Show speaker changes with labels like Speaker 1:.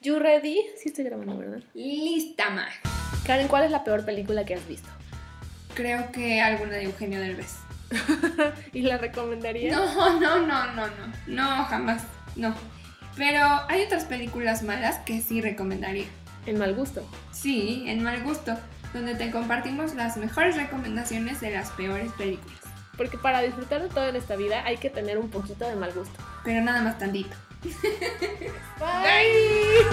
Speaker 1: You ready? Sí estoy grabando, ¿verdad?
Speaker 2: Lista, Mag.
Speaker 1: Karen, ¿cuál es la peor película que has visto?
Speaker 2: Creo que alguna de Eugenio Derbez.
Speaker 1: ¿Y la recomendarías?
Speaker 2: No, no, no, no, no. No, jamás. No. Pero hay otras películas malas que sí recomendaría.
Speaker 1: En mal gusto.
Speaker 2: Sí, en mal gusto, donde te compartimos las mejores recomendaciones de las peores películas.
Speaker 1: Porque para disfrutar de todo en esta vida hay que tener un poquito de mal gusto.
Speaker 2: Pero nada más tantito.
Speaker 1: Bye.